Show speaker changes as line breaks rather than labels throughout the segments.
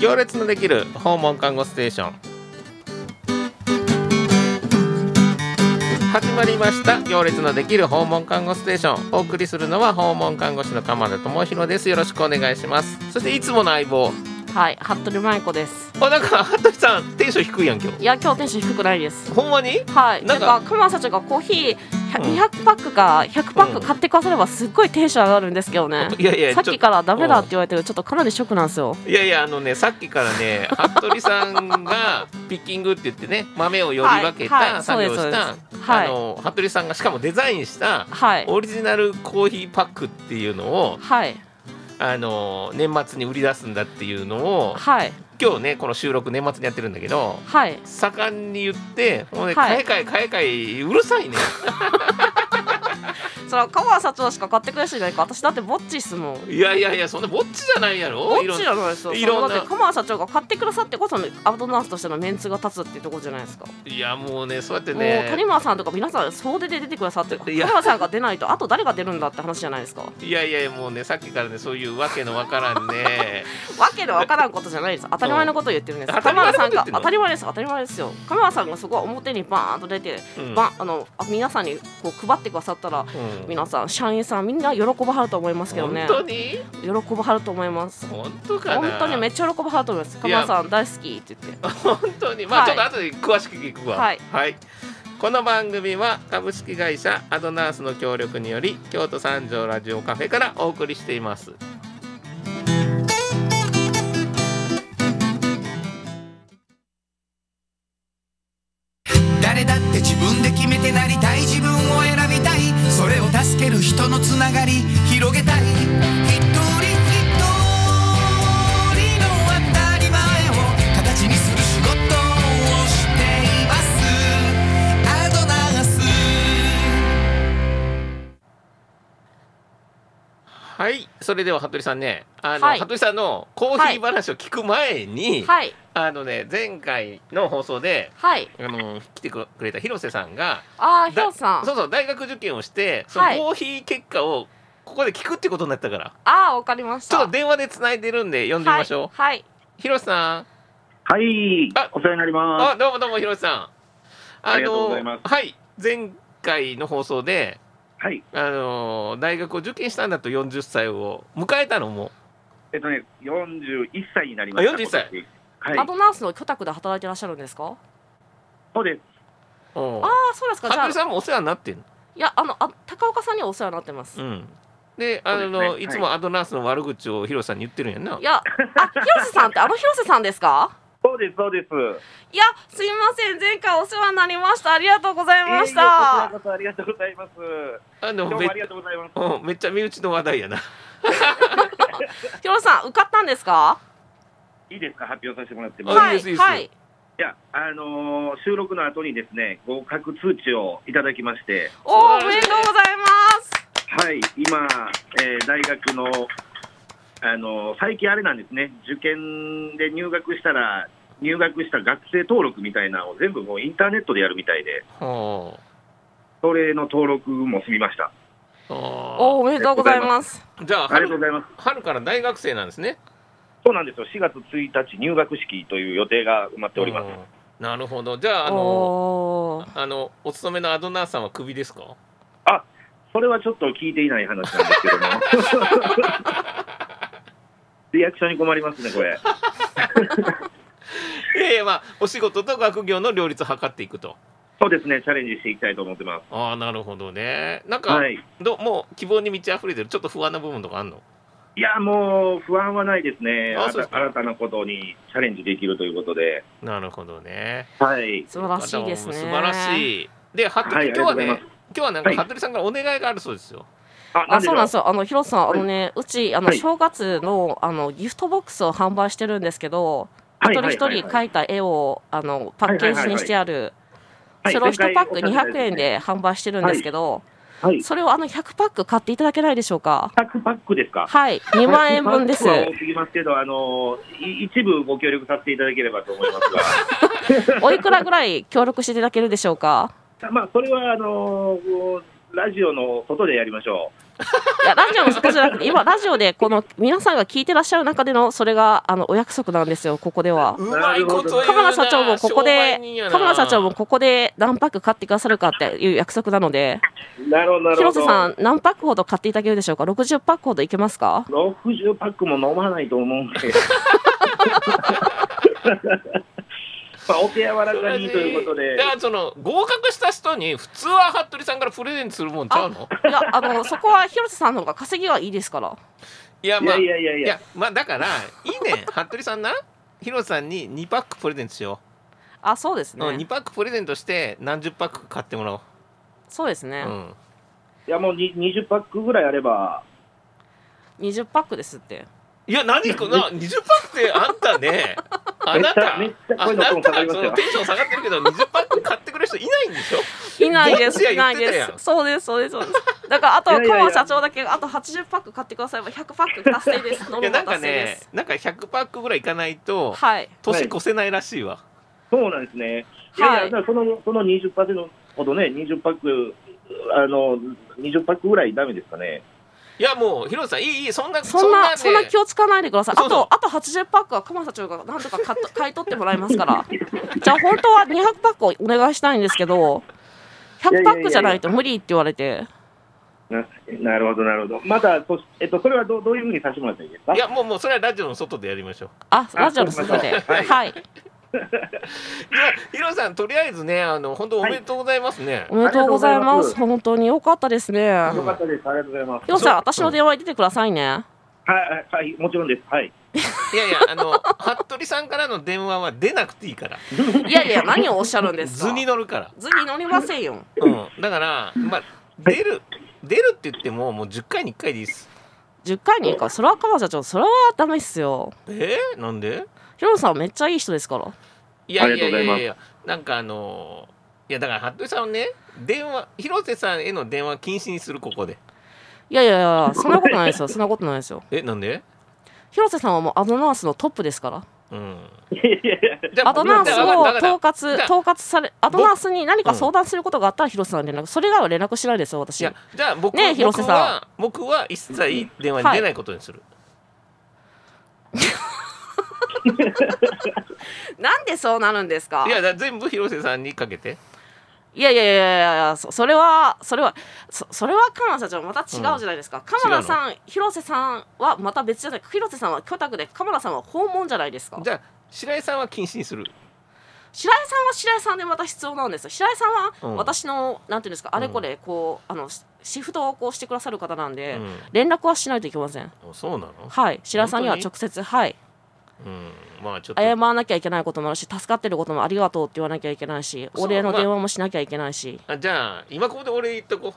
行列のできる訪問看護ステーション始まりました行列のできる訪問看護ステーションお送りするのは訪問看護師の鎌田智博ですよろしくお願いしますそしていつもの相棒
はい、服部真由子です。
あなんか服部さんテンション低いやん今日
いや、今日テンション低くないです。
ほんまに
はい、
な
なん
か
んか、熊社長がコーヒー100
うん
200パックか100パッ
うん
ク買ってくだされば、すっごいテンション上がるんですけどね。
いやいや
さっ
ちょ
きからダメだって言われてる、ちょっとかなりショックなんですよ。
いやいやあのねさっきからね服部さんがピッキングって言ってね豆をより分けた、
はいはい
作業
そう
し
です
た、
すはい
あの服部さんがしかもデザインした
はい。
オリジナルコーヒーパックっていうのを
はい。
あの年末に売り出すんだっていうのを
はい。
今日ねこの収録年末にやってるんだけど
はい。
盛んに言ってもうね、
は
買い
い
替え買い替えうるさいね
それは川社長しか買ってくれる人いないか、私だってぼっちっすもん。
いやいやいやそんなぼっちじゃないやろ
ぼっ
いろん
ちじゃないですよ。
いろんな
それだって、鎌社長が買ってくださってこそ、アドナウンスとしてのメンツが立つっていうところじゃないですか。
いやもうねそうやって
もう谷
ね
村さんとか皆さん総出で出てくださってる
いや
谷村さんが出ないとあと誰が出るんだって話じゃないですかわ
いやいやもうねさっきからねそういうわけのわからん ね
けのわからんことじゃないです当たり前のことを言ってるんです
うん当たり前のこと
谷村さん
言っ
が
てんの
当たり前です当たり前ですよ谷村さんがそこは表にバーンと出て、
うん
バンあのあ皆さんにこう配ってくださったら
うん
皆さん社員さんみんな喜ばはると思いますけど
本
ね
当に
喜ばはると思います
本当かな
本当にめっちゃ喜ばはると思います
いや
鎌田さん大好きって言って
本当にまあ
はい
ちょっと後で詳しく聞くわ
はい
この番組は株式会社アドナースの協力により京都三条ラジオカフェからお送りしています
誰だって自分で決めてなりたい自分を選びたいそれを助ける人のつながり広げたい一人一人の当たり前を形にする仕事をしていますアドナース
はいそれでは服部さんねあの、
はい
服部さんのコーヒー話を聞く前に、
はい
あのね前回の放送で
はい
あの来てくれた広瀬さんが
ああひ
だ
ろさん
そうそう大学受験をしてその
はい
コーヒー結果をここで聞くってことになったから、
ああわかりまし
ち
た
ょっと電話でつないでるんで呼んでみましょう、
はい、はい
広瀬さん
はい
あ、
お世話になりま
あ、どうもどうも、ひろしさん。の
ありがとうございます
はい、前回の放送で、
す。はい、
あの大学を受験したんだと40歳を迎えたのも。
えっとね、41歳になりました。
あ41歳
今年。は
ア
い、
ドナウンスの居宅で働いてらっしゃるんですか
そうです。
うん
ああそうですかじゃ
服
あ
部さんもお世話になってる。
いやあのあ高岡さんにはお世話になってます、
うん。で、あの、
そうですね
いつもアドナースの悪口をひろしさんに言ってるんやんな。
いやあ広瀬さんってあの広瀬さんですか
そうです、そうです。
いやすいません前回お世話になりましたありがとうございました、
えーこちらこそありがとうございます。
あ
ど
の、
うも
め
ありがとうございます。
うん、めっちゃ身内の話題やな。
広瀬さん受かったんですか
いいですか、発表させてもらっても。
あ
い
はい
いで
い
すいいです
はい
や、あのー収録の後にですね、合格通知をいただきまして、
お
素晴らしい
ーおめでとうございます
はい、今、えー大学の、あのー最近あれなんですね、受験で入学したら、入学した学生登録みたいなのを全部もうインターネットでやるみたいで、
お
それの登録も済みました。
おー
お
おめでとうございます
じゃあ
ありがと
春
うございます。
春から大学生なんですね。
そうなんですよ。4月1日入学式という予定が埋まっております。
うんなるほど。じゃああの
おー
あのお勤めのアドナースさんはクビですか？
それはちょっと聞いていない話なんですけ ども。リアクションに困りますね、これ。
いやいやまあお仕事と学業の両立を図っていくと。
そうですね、チャレンジしていきたいと思ってま
ああなるほどね。なん
す。
か、
はい。
どもう希望に満ち溢れてるちょっと不安な部分とかあんの？
いや、もう不安はないですね。
あ
あ
そうです
た
か
新たなことにチャレンジできるということで。
なるほどね。
はい。
素晴らしいですね
素晴ら
い
しい。で服部、
はい
今日はね
ありがとうござい
今日はなんか
はい
服部さんからお願いがあるそうですよ。
あ、な
あ
んでし
そ
ょ
う
う
なんですよあの広瀬さんあのね、うちあの
はい
正月のあのギフトボックスを販売してるんですけど、
はい
一
はい
人一人描いた絵をあのパッケージにしてある、
はい
それを1パック
はい
200円で販売してるんですけど、
はい。
それをあの100パック買っていただけないでしょうか。
100パックですか
はい、2万円分です。
100パックは多すぎますけど、あの、い一部ご協力させていただければと思いますが。
おいくらぐらい協力していただけるでしょうか。
まあ、それはあのーラジオの外でやりましょ
いやラジオの外じゃなくて今ラジオでこの皆さんが聞いてらっしゃる中でのそれがあのお約束なんですよここでは
うまいこと言うな
鎌田社長もここ
商
で
売人やな
鎌田社長もここで何パック買ってくださるかっていう約束なので
う。なるほど、なるほ
広瀬
ど。
さん何パックほど買っていただけるでしょうか60パックほどいけますか
60パックも飲まないと思うんで。まあ、お手柔らかにということで
だ、からその合格した人に普通は服部さんからプレゼントするもんちゃうの
いやあ のそこは広瀬さんの方が稼ぎはいいですから
いや
い
まあ
やいやいやい
い
や
や、まあだからいいねん服部さんな広瀬さんに2パックプレゼントしよ
あそうです
う、うん、2
ね
パックプレゼントして何十パック買ってもらおう、
そうですね、
うん、
いやもうに20パックぐらいあれば、
20パックですって
いや何この20パックってあん たねあなたあ
めっ
な
ちゃこういうの
た
下がります
そ
よ
のテンション下がってるけど20パック買ってくれる人いないんでしょ
いないで
ぼっ
す
ちや
いない
言って
で
たやん
すそうですそうですそうですだからあとはい
やいやいや
鎌田社長だけあと80パック買ってくだされば100パック達成ですノ
いや
ル
な
マ
んか
達成で
ね
す
なんか100パックぐらいいかないと
はい
年越せないらしいわ、
そうなんですね。い
はい
やいや、だからそのその20パックほどね、20パック、あの20パックぐらいダメですかね。
い、やもう広瀬さんいいいいそんな
そんなそんな
ね
気をつかないでください。
そう
あ
そう
とあと80パックは鎌社長がなんとか買っと買い取ってもらいますから。 じゃあ本当は200パックをお願いしたいんですけど、100パックじゃないと無理って言われて。
ななるほど、なるほど。また、そえっと、それはどうどういうふうにさせてもらったらいいですか
いやもうもうそれはラジオの外でやりましょう
あ、ラジオの外で。
はい
はい。
いや広瀬さんとりあえずねあの本当おめでとうございますね、
おめでとうございま
あり
す。
が
本当に良かったですね。
よかったです。ありがとうございます。
ようさん、私の電話に出てくださいね。
はい、はいはい、もちろんです。はい。
いやいや、あの、 服部さんからの電話は出なくていいから。
いやいや、何をおっしゃるんですか。
図に乗るから。
図に乗りませんよ。
うん、だから、まあ、出る、出るって言っても、もう10回に1回でいいです。
10回に1回、それは鎌社長、それはダメっすよ。
えー、なんで。
ヒロさんはめっちゃいい人ですから。
いや
あ
い
りが
や
とう
い
ご
や
ざいます
いや、なんか、あのいや、だから、服部さんをね、電話、広瀬さんへの電話禁止にする、ここで。
いやいやいや、そんなことない ですよ。そんなことないですよ。
え、なんで。
広瀬さんはもうアドナースのトップですから
うん。
いやいやいや
じゃ
アドナース
だから
を
だから
統
だ
括
から
統括されアドナースに何
う
か
ん
相談することがあったら広瀬さんに連絡それ以外は連絡しないですよ
い
私
や、じゃあ、僕、
ねえ広
僕
瀬さ
は、僕は一切電話に出ないことにする。
なんでそうなるんですか
い、や、だから全部広瀬さんにかけて。
いやいやいやいやいやそそれはそれはそそれは鎌田社長また違うじゃないですか、鎌田さん広瀬さんはまた別じゃない広瀬さんは居宅で鎌田さんは訪問じゃないですか
じゃあ、白井さんは禁止にする。
白井さんは白井さんでまた必要なんですよ白井さ
う
ん
ん
は私の、なんていうんですかあれこれこうあのシフトをこうしてくださる方なん
う
で、
ん
連絡はしないといけません
あそうなの。
はい、白井さんには直接、はい、
うん、まあちょっと
謝らなきゃいけないこともあるし、助かってることもありがとうって言わなきゃいけないし、
そう
お礼の電話もしなきゃいけないし、
あじゃあ今ここで俺言っとこ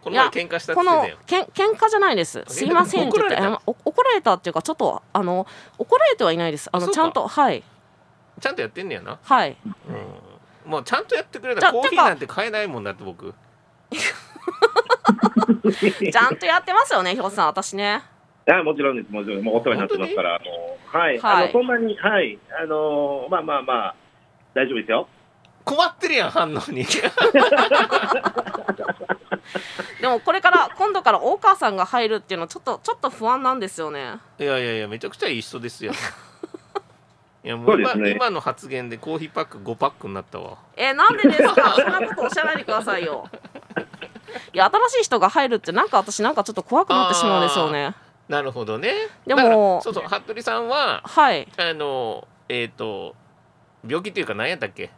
うこ
い
の前
や
喧嘩したっつ
こ
ってた
の
よ
けん喧嘩じゃないです、すいませんって言っ
怒られ
て
た
謝お怒られたっていうか、ちょっとあの怒られてはいないです、あ
あ
の
そう
ち
か
ゃんと、はい、
ちゃんとやってんねやな、
はい、
うん、もうちゃんとやってくれた
じゃ
ら
あ
コーヒー
てか
なんて買えないもんだって僕
ちゃんとやってますよね、ひろさん、私ね。
あもちろんです、もちろん、もうお世話になってますから、あのはい、
はい
あのそんなに、はい、あのまあまあまあ、大丈夫です よ。
困ってるやん反応に
でもこれから、今度から大川さんが入るっていうのは、ちょっとちょっと不安なんですよね。
いやいやいやめちゃくちゃいい人です よいやも
そううで
今
すね
今の発言でコーヒーパック5パックになったわ
えーなんでですかそんなことおっしゃらないでくださいよいや新しい人が入るってなんか私なんかちょっと怖くなってしまうんですよね
なるほどね
でも
だからそうそう服部さんは
はい
あのえっ、と病気っていうか何やったっけ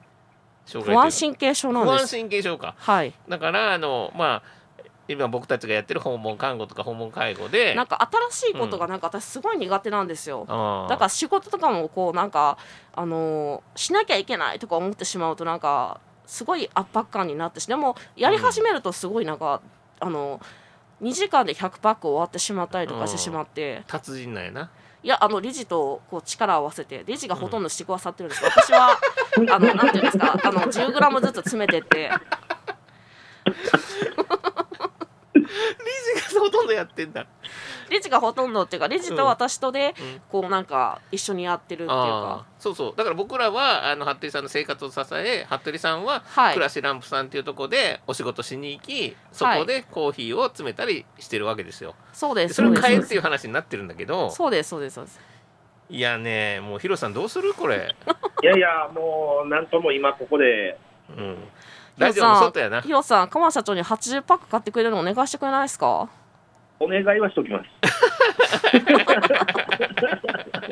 障
不安
という
神経症
か
なん
不
で
安
す
神経症か
はい
だからあのまあ今僕たちがやってる訪問看護とか訪問介護で
なんか新しいことがなんか私すごい苦手なんですよ、
あー
だから仕事とかもこうなんかあのーしなきゃいけないとか思ってしまうとなんかすごい圧迫感になってしでもやり始めるとすごいなんか、あの2時間で100パック終わってしまったりとかしてしまって、
達人なんや な。
いやあの理事とこう力を合わせて理事がほとんどしてくださってるんですけど、私はあのなんていうんですかあの10グラムずつ詰めてって
リージがほとんどやってんだ。
レジがほとんどっていうかレジと私とで
うん
こうなんか一緒にやってるっていう
あ
か
ーそうそうだから僕らはあの服部さんの生活を支え服部さんは
はい
暮らしランプさんっていうところでお仕事しに行きそこでコーヒーを詰めたりしてるわけですよ。
そうで
ですそれを
そう
変え
で
るっ
す
ていう話になってるんだけど
そうですそうですそうです
いやねもうヒロさんどうするこれ、
いやいや、もう、なんとも今ここで、
うん、ラジオの外やな
ヒロさん鎌田社長に80パック買ってくれるのお願いしてくれないですか
お願いはしときます。
だか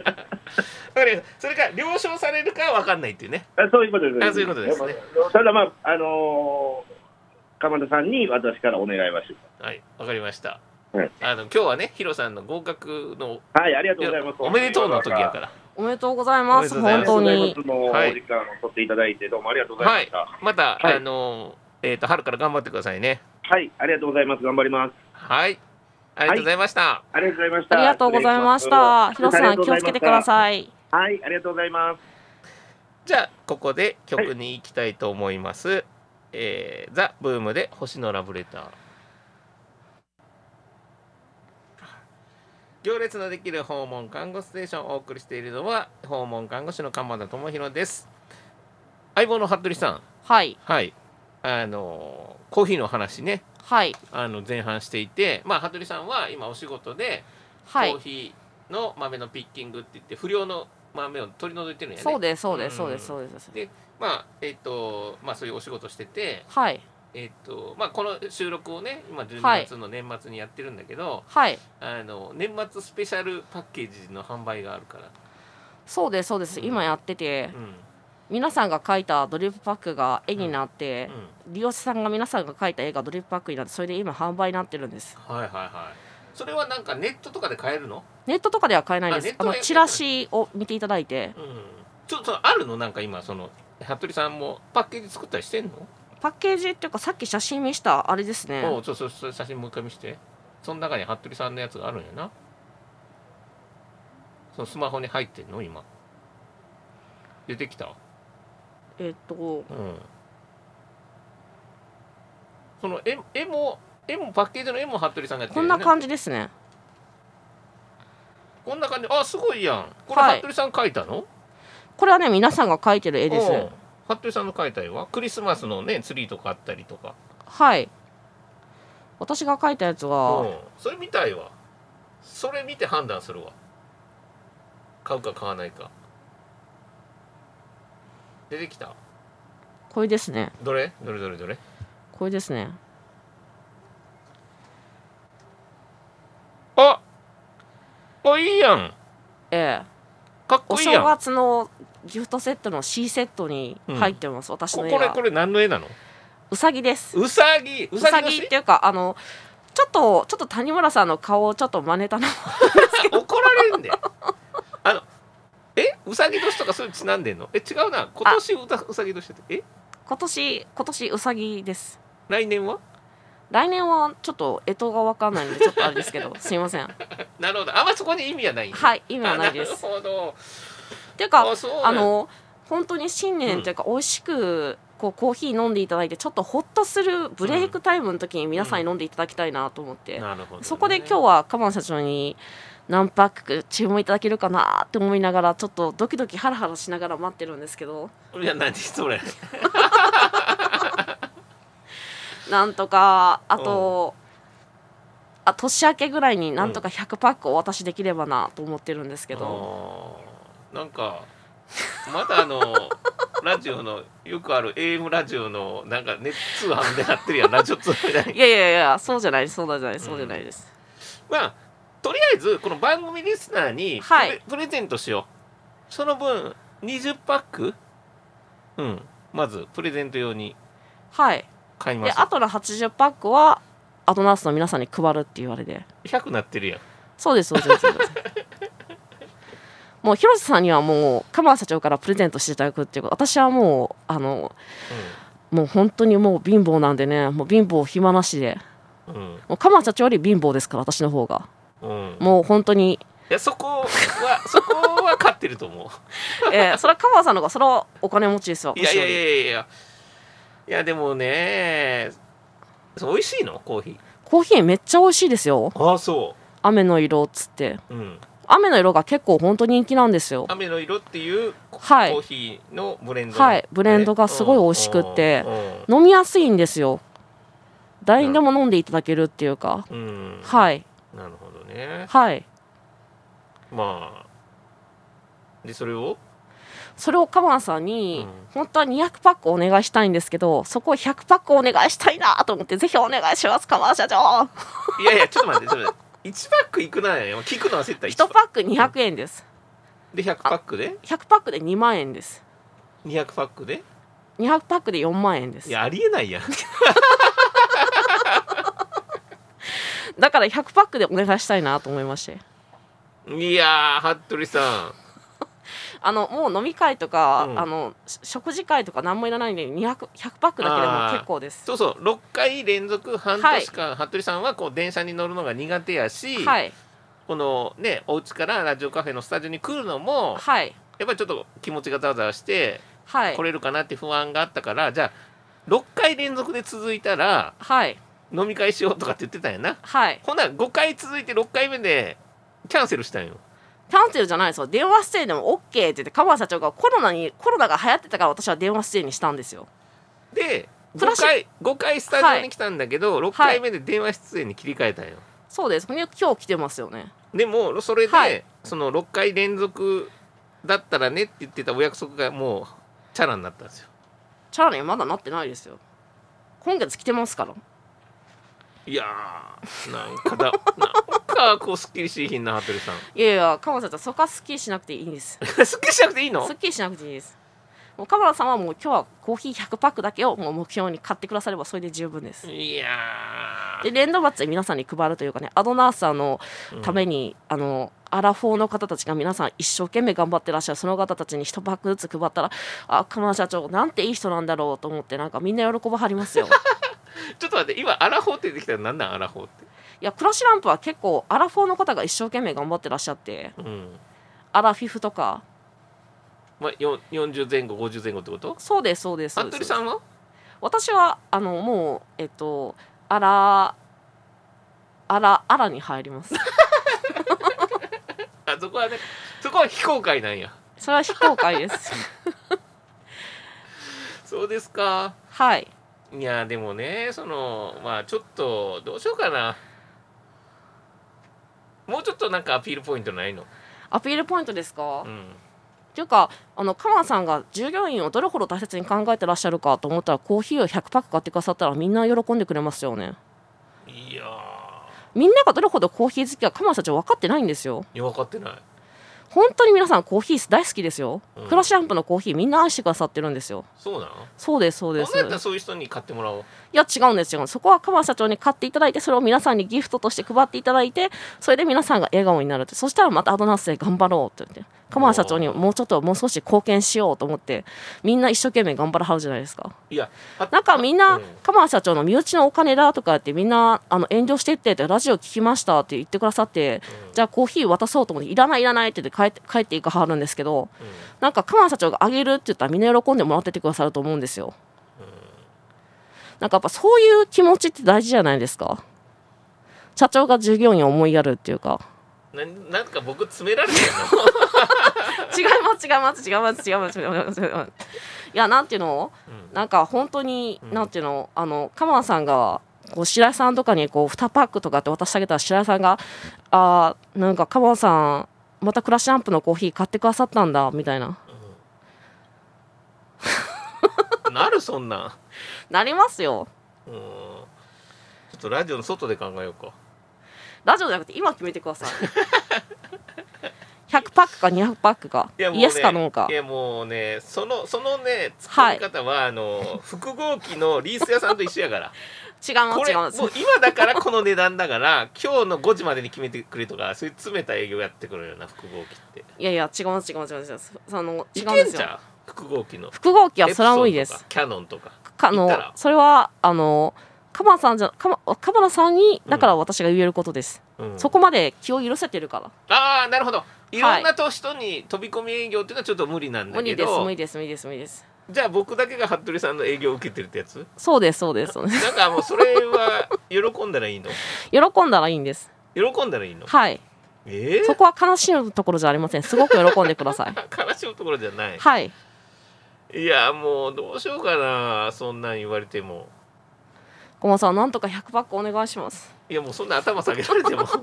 らそれか了承されるかは分かんないっていうね
あそういうことです。
あそういうことですね
ただ、まあ、あのー、鎌田さんに私からお願いはし
はいわかりました、
うん
あの今日はねヒロさんの合格の
はい、ありがとうございます。。
おめでとうの時やからら
おめでとうございます
おめ
あ
で
本
りがとう
当に
ございます。もう、お
はい
時間を取っていただいて、どうもありがとうございました。
また、
はい
あのえっ、と春から頑張ってくださいね
はい、ありがとうございます。頑張ります。
はいありがとうございました、
ありがとうございまし
あ
た。
りがとうございましたヒロ
失礼します
さん気をつけてください
はい、ありがとうございます。
じゃあここで曲に行きたいと思います、えーザ・ブームで星のラブレター行列のできる訪問看護ステーションをお送りしているのは訪問看護師の鎌田智博です相棒の服部さん
はい
はいあのコーヒーの話ね
はい
あの前半していてまあ服部さんは今お仕事でコ
はい
ーヒーの豆のピッキングって言って不良の豆を取り除いてるんやね
そうですそうです
う
そうんですそうです
でまあえっ、とまあそういうお仕事してて
はい
えっ、とまあこの収録をね今12
はい
月の年末にやってるんだけど、
はい
あの年末スペシャルパッケージの販売があるから、
そうですそうです
うん
今やってて
うん
皆さんが描いたドリップパックが絵になって
うん、
利用者さんが皆さんが描いた絵がドリップパックになってそれで今販売になってるんです
はいはいはいそれはなんかネットとかで買えるの、
ネットとかでは買えないで
あネ
す
ッ
あ
トで
のチラシを見ていただいて
うん、ちょっとあるのなんか今その服部さんもパッケージ作ったりしてんの、
パッケージっていうかさっき写真見したあれですね
おうちょっとそれ写真もう一回見してその中に服部さんのやつがあるんやなそのスマホに入ってんの今出てきた
えっと
うんその絵絵も絵もパッケージの絵も服部さんがやって
こ
る
ん
よ
な
ね
感じですね
こんな感じあすごいやんこれ、
はい
服部さん描いたの
これはね皆さんが描いてる絵です
おう服部さんの描いた絵はクリスマスのねツリーとかあったりとか
はい私が描いたやつ
う
は
んそれ見たいわそれ見て判断するわ買うか買わないか出てきた
これですね
どれどれどれどれ
これですね
ああいいやん
ええ
かっ
お
こいいやん
正
こ
月のギフトセットの C セットに入ってます、私の絵
これ
は
これ何の絵なの
うさぎです
うさぎう
う
さ
さ
ぎの
ぎっ
せ
ていうかあのちょっとちょっと谷村さんの顔をちょっと真似たの
怒られんで あのえうさぎ年とかそういうのちなんでんのえ違うな今年うたうさぎ年だってえ
今年今年うさぎです
来年は
来年はちょっと干支がわかんないんでちょっとあれですけどすいません
なるほどあんまそこに意味はない
はい意
意
味はないで す
なるほど
っていうか
そう
あの本当に新年というか美味しくこうコーヒー飲んでいただいてちょっとホッとするブレイクタイムの時に皆さんに飲んでいただきたいなと思って、
なるほどね、
そこで今日は鎌田社長に何パック注文いただけるかなって思いながらちょっとドキドキハラハラしながら待ってるんですけど
いや何それ
なんとかあと、あ年明けぐらいになんとか100パックお渡しできればなと思ってるんですけど、
あーなんかまだあ のラジオのよくある AM ラジオのなんかネット通販でやってるやんラジオ通販みたい
い
な
やいやいやそうじゃないそうじゃないそうじゃないです、
まあとりあえずこの番組リスナーにプレ,、
はい
プレゼントしようその分20パックうんまずプレゼント用に
はい
買いま
ですあとの80パックはアドナースの皆さんに配るって言われて
100なってるやん
そうですそうですそう ですもう広瀬さんにはもう鎌田社長からプレゼントしていただくっていうこと私はもうあのもう本当にもう貧乏なんでねもう貧乏暇なしで
うん
もう鎌田社長より貧乏ですから私の方が
うん、うん、い
もう本当に、
やそこ はそこは勝ってると思う
えー、それは鎌田さんの方がそれはお金持ちですよ
いやいやいや
むし
いやいやいやでもねそう美味しいのコーヒ
ろコーヒーめっちゃ美味しいですよ
ーああそ
雨の色っつって
うん、
雨の色が結構本当人気なんですよ
雨の色っていうコ,、
はい
コーヒーのブレンド、
はいブレンドがすごい美味しくって
う
飲みやすいんですよ誰に
な
でも飲んでいただけるっていうか
ん、うん
はい
なるほどね
はい
まあでそれを
それをカマンさんに、
うん
本当は200パックお願いしたいんですけどそこを100パックお願いしたいなと思ってぜひお願いしますカマン社長
いやいやちょっと待ってちょっと待って1パックいくらなんや聞くの焦った
1
1
パック200円です
で100パックで
100パックで2万円です
200パックで
200パックで4万円で
い
す
やありえないやん
だから100パックでお願いしたいなと思いまして
いやー服部さん
あのもう飲み会とか、
うん
あのし食事会とか何もいらないんで200 100パックだけでも結構です
そうそう6回連続半年間、服部さんはこう電車に乗るのが苦手やし、
はい
このねお家からラジオカフェのスタジオに来るのも
はい
やっぱりちょっと気持ちがざわざわして
はい
来れるかなって不安があったからじゃあ6回連続で続いたら
はい
飲み会しようとかって言ってたんやな
はい
ほな5回続いて6回目でキャンセルしたんよ
キャンセルじゃないですよ電話出演でも OK って言って川川社長がコロナにコロナが流行ってたから私は電話出演にしたんですよ
で
プラ
5
ス
回5回スタジオに来たんだけど、6
はい
回目で電話出演に切り替えたんよ、
そうですほんで今日来てますよね
でもそれで、
はい
その6回連続だったらねって言ってたお約束がもうチャラになったんですよ
チャラにはまだなってないですよ今月来てますから
いやーなんか だなんかこうすっきりしいひんな服部さん
いやいや川川社長そこはスッキリしなくていいんです
すっきりしなくていいの
すっきりしなくていいです。もうカマラさんはもう今日はコーヒー100パックだけをもう目標に買ってくださればそれで十分です。
いや
で年度末で皆さんに配るというかねアドナーサーの
ー
ために、あのアラフォーの方たちが皆さん一生懸命頑張ってらっしゃるその方たちに1パックずつ配ったらあ鎌田社長なんていい人なんだろうと思ってなんかみんな喜ばはりま すよ。
ちょっと待って今アラフォーって出てきたら何なんアラフォーって
いやクラシランプは結構アラフォーの方が一生懸命頑張ってらっしゃって
うん
アラフィフとか
まあ、よ40前後50前後ってこと
そうですそうですそう
服
です
部さんは
私はあのもうえっとあらあらあらに入ります
あそこはねそこは非公開なんや
それは非公開です
そうですか
はい
いやでもねそのまあちょっとどうしようかなもうちょっとなんかアピールポイントないの
アピールポイントですか、
う
っ
ん
ていうかあのカマンさんが従業員をどれほど大切に考えてらっしゃるかと思ったらコーヒーを100パック買ってくださったらみんな喜んでくれますよね
いや
みんながどれほどコーヒー好きかカマン社長分かってないんですよ
ーいや分かってない
本当に皆さんコーヒー大好きですよ、
うん
クラシャンプのコーヒーみんな愛してくださってるんですよ
そうなの
そうですそう
そん
です
なんやったらそういう人に買ってもらおう
いや違うんですよそこは鎌田社長に買っていただいてそれを皆さんにギフトとして配っていただいてそれで皆さんが笑顔になるってそしたらまたアドナースで頑張ろうって言って鎌田社長にもうちょっともう少し貢献しようと思ってみんな一生懸命頑張らはるじゃないですか
いや
なんかみん
う
なん鎌田社長の身内のお金だとかってみんなあの遠慮してってってラジオ聞きましたって言ってくださってじゃあコーヒー渡そうと思っていらないいらないって言って帰って帰っていかはるんですけど
うん
なんか鎌田社長があげるって言ったらみんな喜んでもらっててくださると思うんですよ。なんかやっぱそういう気持ちって大事じゃないですか。社長が従業員を思いやるっていうか。
なんなんか僕詰められてる
違います違います違います違います違います違います。いやなんていうの
の、
なんか本当に、
うん
なんていうのあの鎌田さんがこう白井さんとかにこう2パックとかって渡してあげたら白井さんが「あーなんか鎌田さんまたクラッシュアンプのコーヒー買ってくださったんだ」みたいな。
うん、なるそんなん
なりますよ。
うんちょっとラジオの外で考えようか
ラジオじゃなくて今決めてください。100パックか200パックか、
もう
イエスかノーか
い。やもうねそのそのね作
は
り
い
方は、あの複合機のリース屋さんと一緒やから
違いま
こ
す
れ
違い
も
ま
う
す。
今だからこの値段だから 今日の5時までに決めてくれとかそういう詰めた営業やってくるような複合機って
いやいや違います違います違います。その違
いうけ
んで
ん
す
じ
よ。
ゃん複合機の
複合機
い
はそれは無理です。
キャノンとか
かあ
行った
の
ら
それはあの鎌田さんじゃ鎌鎌田さんにだから私が言えることです。
うん
そこまで気を許せてるから。
ああなるほどいろんなと人に飛び込み営業っていうのはちょっと無理なんだ
無
け
理です
ど、
無理です無理です無理です。
じゃあ僕だけが服部さんの営業を受けてるってやつ
そうですそうですそうです。
なんかもうそれは喜んだらいいの
喜んだらいいんです。
喜んだらいいの
はい
え
そ
ー、
こは悲しむところじゃありませんすごく喜んでく ださい
悲しむところじゃない、
はい
い、やもうどうしようかなそんなん言われても
ごまさんなんとか100パックお願いします
いやもうそんな頭下げられても、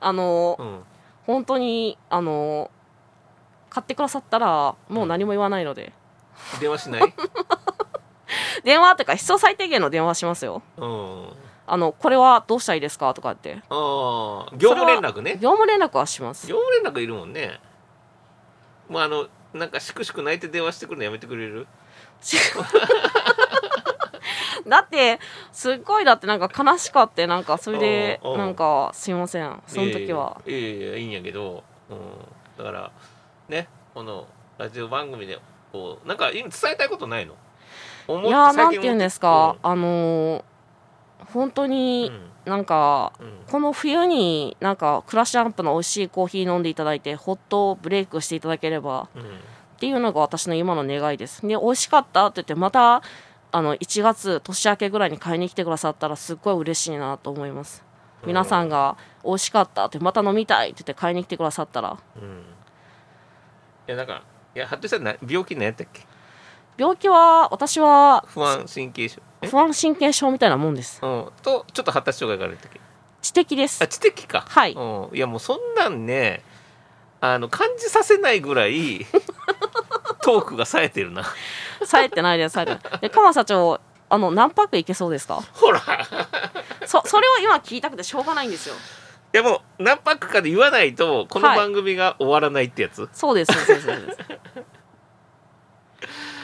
あのー
うん、
本当にあのー買ってくださったらもう何も言わないので、
電話し ない、
電話とか必要最低限の電話しますよ
うん、
あのこれはどうしたらいいですかとかって
ああ業務連絡ね
業務連絡はします
業務連絡いるもんねまああのなんかしくしく泣いて電話してくるのやめてくれる
だってすっごいだってなんか悲しかってなんかそれで
うんうん
なんかすいませんその時はい
やいやいやいやいいんやけど、うん、だからねこのラジオ番組でこうなんか今伝えたいことないの思っ
いやーなん
最近思って
言うんですか、あのー本当
うん
になんか、
うんうん
この冬になんかクラッシュアンプの美味しいコーヒー飲んでいただいてホットブレイクしていただければ
うん
っていうのが私の今の願いです。で美味しかったって言ってまたあの1月年明けぐらいに買いに来てくださったらすっごい嬉しいなと思います。皆さんが美味しかったってまた飲みたいって言って買いに来てくださったら
うんいやなんかいやはっとしたらな病気なんやったっけ
病気は私は
不安神経症え
不安神経症みたいなもんです
うんとちょっと発達障害があるんやったっけ
知的です
あ知的か
はい
うん、いやもうそんなんねあの感じさせないぐら いトークが冴えてるな
冴えてないです冴えてないで鎌社長あの何パックいけそうですか
ほら
そそれを今聞いたくてしょうがないんですよ
いやもう何パックかで言わないとこの
はい
番組が終わらないってやつ、
そうですそうですそうです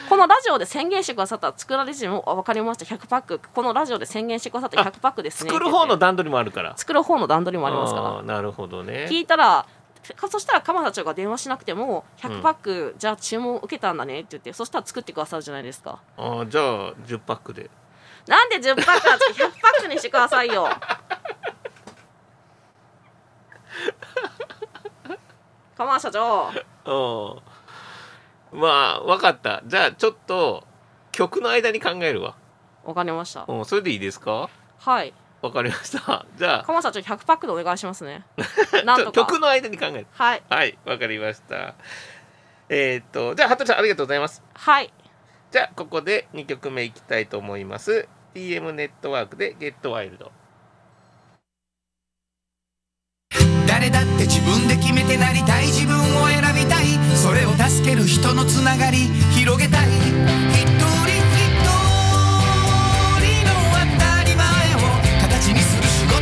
このラジオで宣言してくださったら作られ人も分かりました100パックこのラジオで宣言してくださった100パックですね
作る方の
って言って
段取りもあるから
作る方の段取りもありますから
あーなるほどね
聞いたらかそしたら鎌田長が電話しなくても
うん
100パック、じゃあ注文受けたんだねって言ってそしたら作ってくださるじゃないですか
あーじゃあ10パックで
なんで10パックなんですか100パックにしてください よ鎌田社長
うんまあ分かったじゃあちょっと曲の間に考えるわ、
わかりました
うん、それでいいですか
はい
わかりましたじゃあ
鎌田社長100パックでお願いしま すねなん
ち
と
ょ
か
曲の間に考える
はい
はい、わかりました。えーっと、じゃあ、服部さん、ありがとうございます。
はい
じゃあ、ここで2曲目いきたいと思います。TM ネットワークで Get Wild。
誰だって自分で決めてなりたい自分を選びたいそれを助ける人のつながり広げたい一人一人の当たり前を形にする仕事を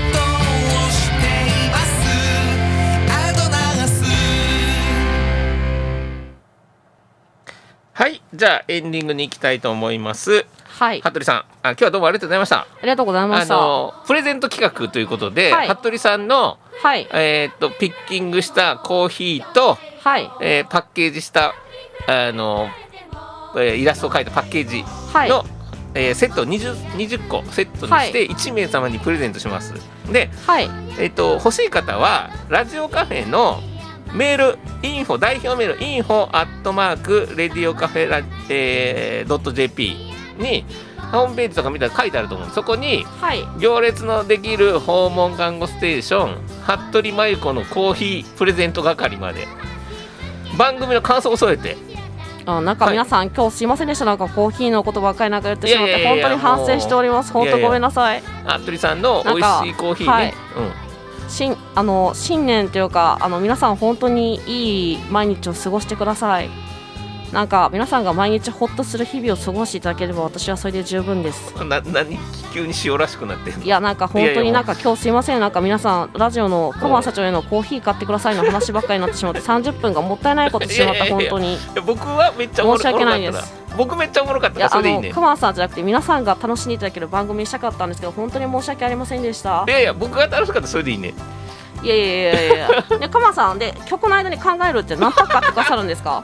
していますアドナース
はい、じゃあ、エンディングに行きたいと思います。
はいあ
服部さん、あ今日はどうもありがとうございました。
りがとうございま
あ
したは
の、プレゼント企画ということで、
はい
服部さんの、
い
えーっと、ピッキングしたコーヒーと、
はい
えーパッケージした、あの、えーイラストを描いたパッケージ
はい
の、えーセットを 20, 20個セットにして1名様にプレゼントします。で、
はい
えっと欲しい方はラジオカフェのメールインフォ代表メールインフォアットマークレディオカフェラ、えー、ドット .jp にホームページとか見たら書いてあると思うんでそこに
はい
行列のできる訪問看護ステーション服部真由子のコーヒープレゼント係まで番組の感想を添えて
あなんか皆さん、今日すいませんでしたなんかコーヒーのことばっかりなくなってしまっ
いやい
て
やい
本
や
当に反省しております
もう
本当ごめんなさい
服部さんの美味しいコーヒーね、
新あの新年というかあの皆さん本当にいい毎日を過ごしてくださいなんか皆さんが毎日ホッとする日々を過ごしていただければ私はそれで十分です
うんな何急に塩らしくなってんの
いやなんか本
いや
当
いや
になんか今日すいませんなんか皆さんラジオのカマ社長へのコーヒー買ってくださいの話ばっかりになってしまって30分がもったいないことしてしまっ
い
た
やいや
本
いや
当に
いや僕はめっちゃおもろ
申し訳ないです
おもろかったな僕めっちゃおもろかった
い
から
や
そ
あ
れでいい
の
ね
カマさんじゃなくて皆さんが楽しんでいただける番組にしたかったんですけど本当に申し訳ありませんでした
いやいや僕が楽しかったらそれでいいね
いやいやいやいやでカマさんで曲の間に考えるって何パック買ってくださるんですか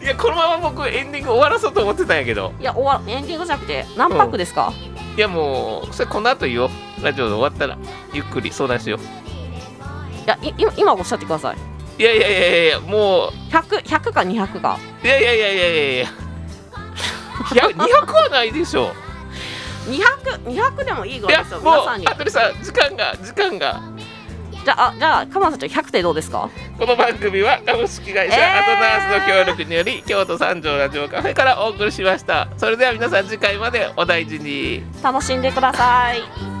いやこのまま僕エンディング終わらそうと思ってたんやけど
いや終わエンディングじゃなくて何パックですか、
いやもうそれこの後言おうラジオで終わったらゆっくり相談しよ
いやい今今おっしゃってくださいう
いやいやいやいやいやも
100, 100か200か
ういやいやいやいやいやいやいや200はないでしょ
200, 200でもいいぐ
い
ら
や
いですよ皆
もう
さんに
羽鳥さん時間が時間が
じゃああじゃあ鎌田ちゃん100点どうですか
この番組は株式会社
えー
アドナースの協力により京都三条ラジオカフェからお送りしましたそれでは皆さん次回までお大事に
楽しんでくださ
「
い
いつかまた会えるよ」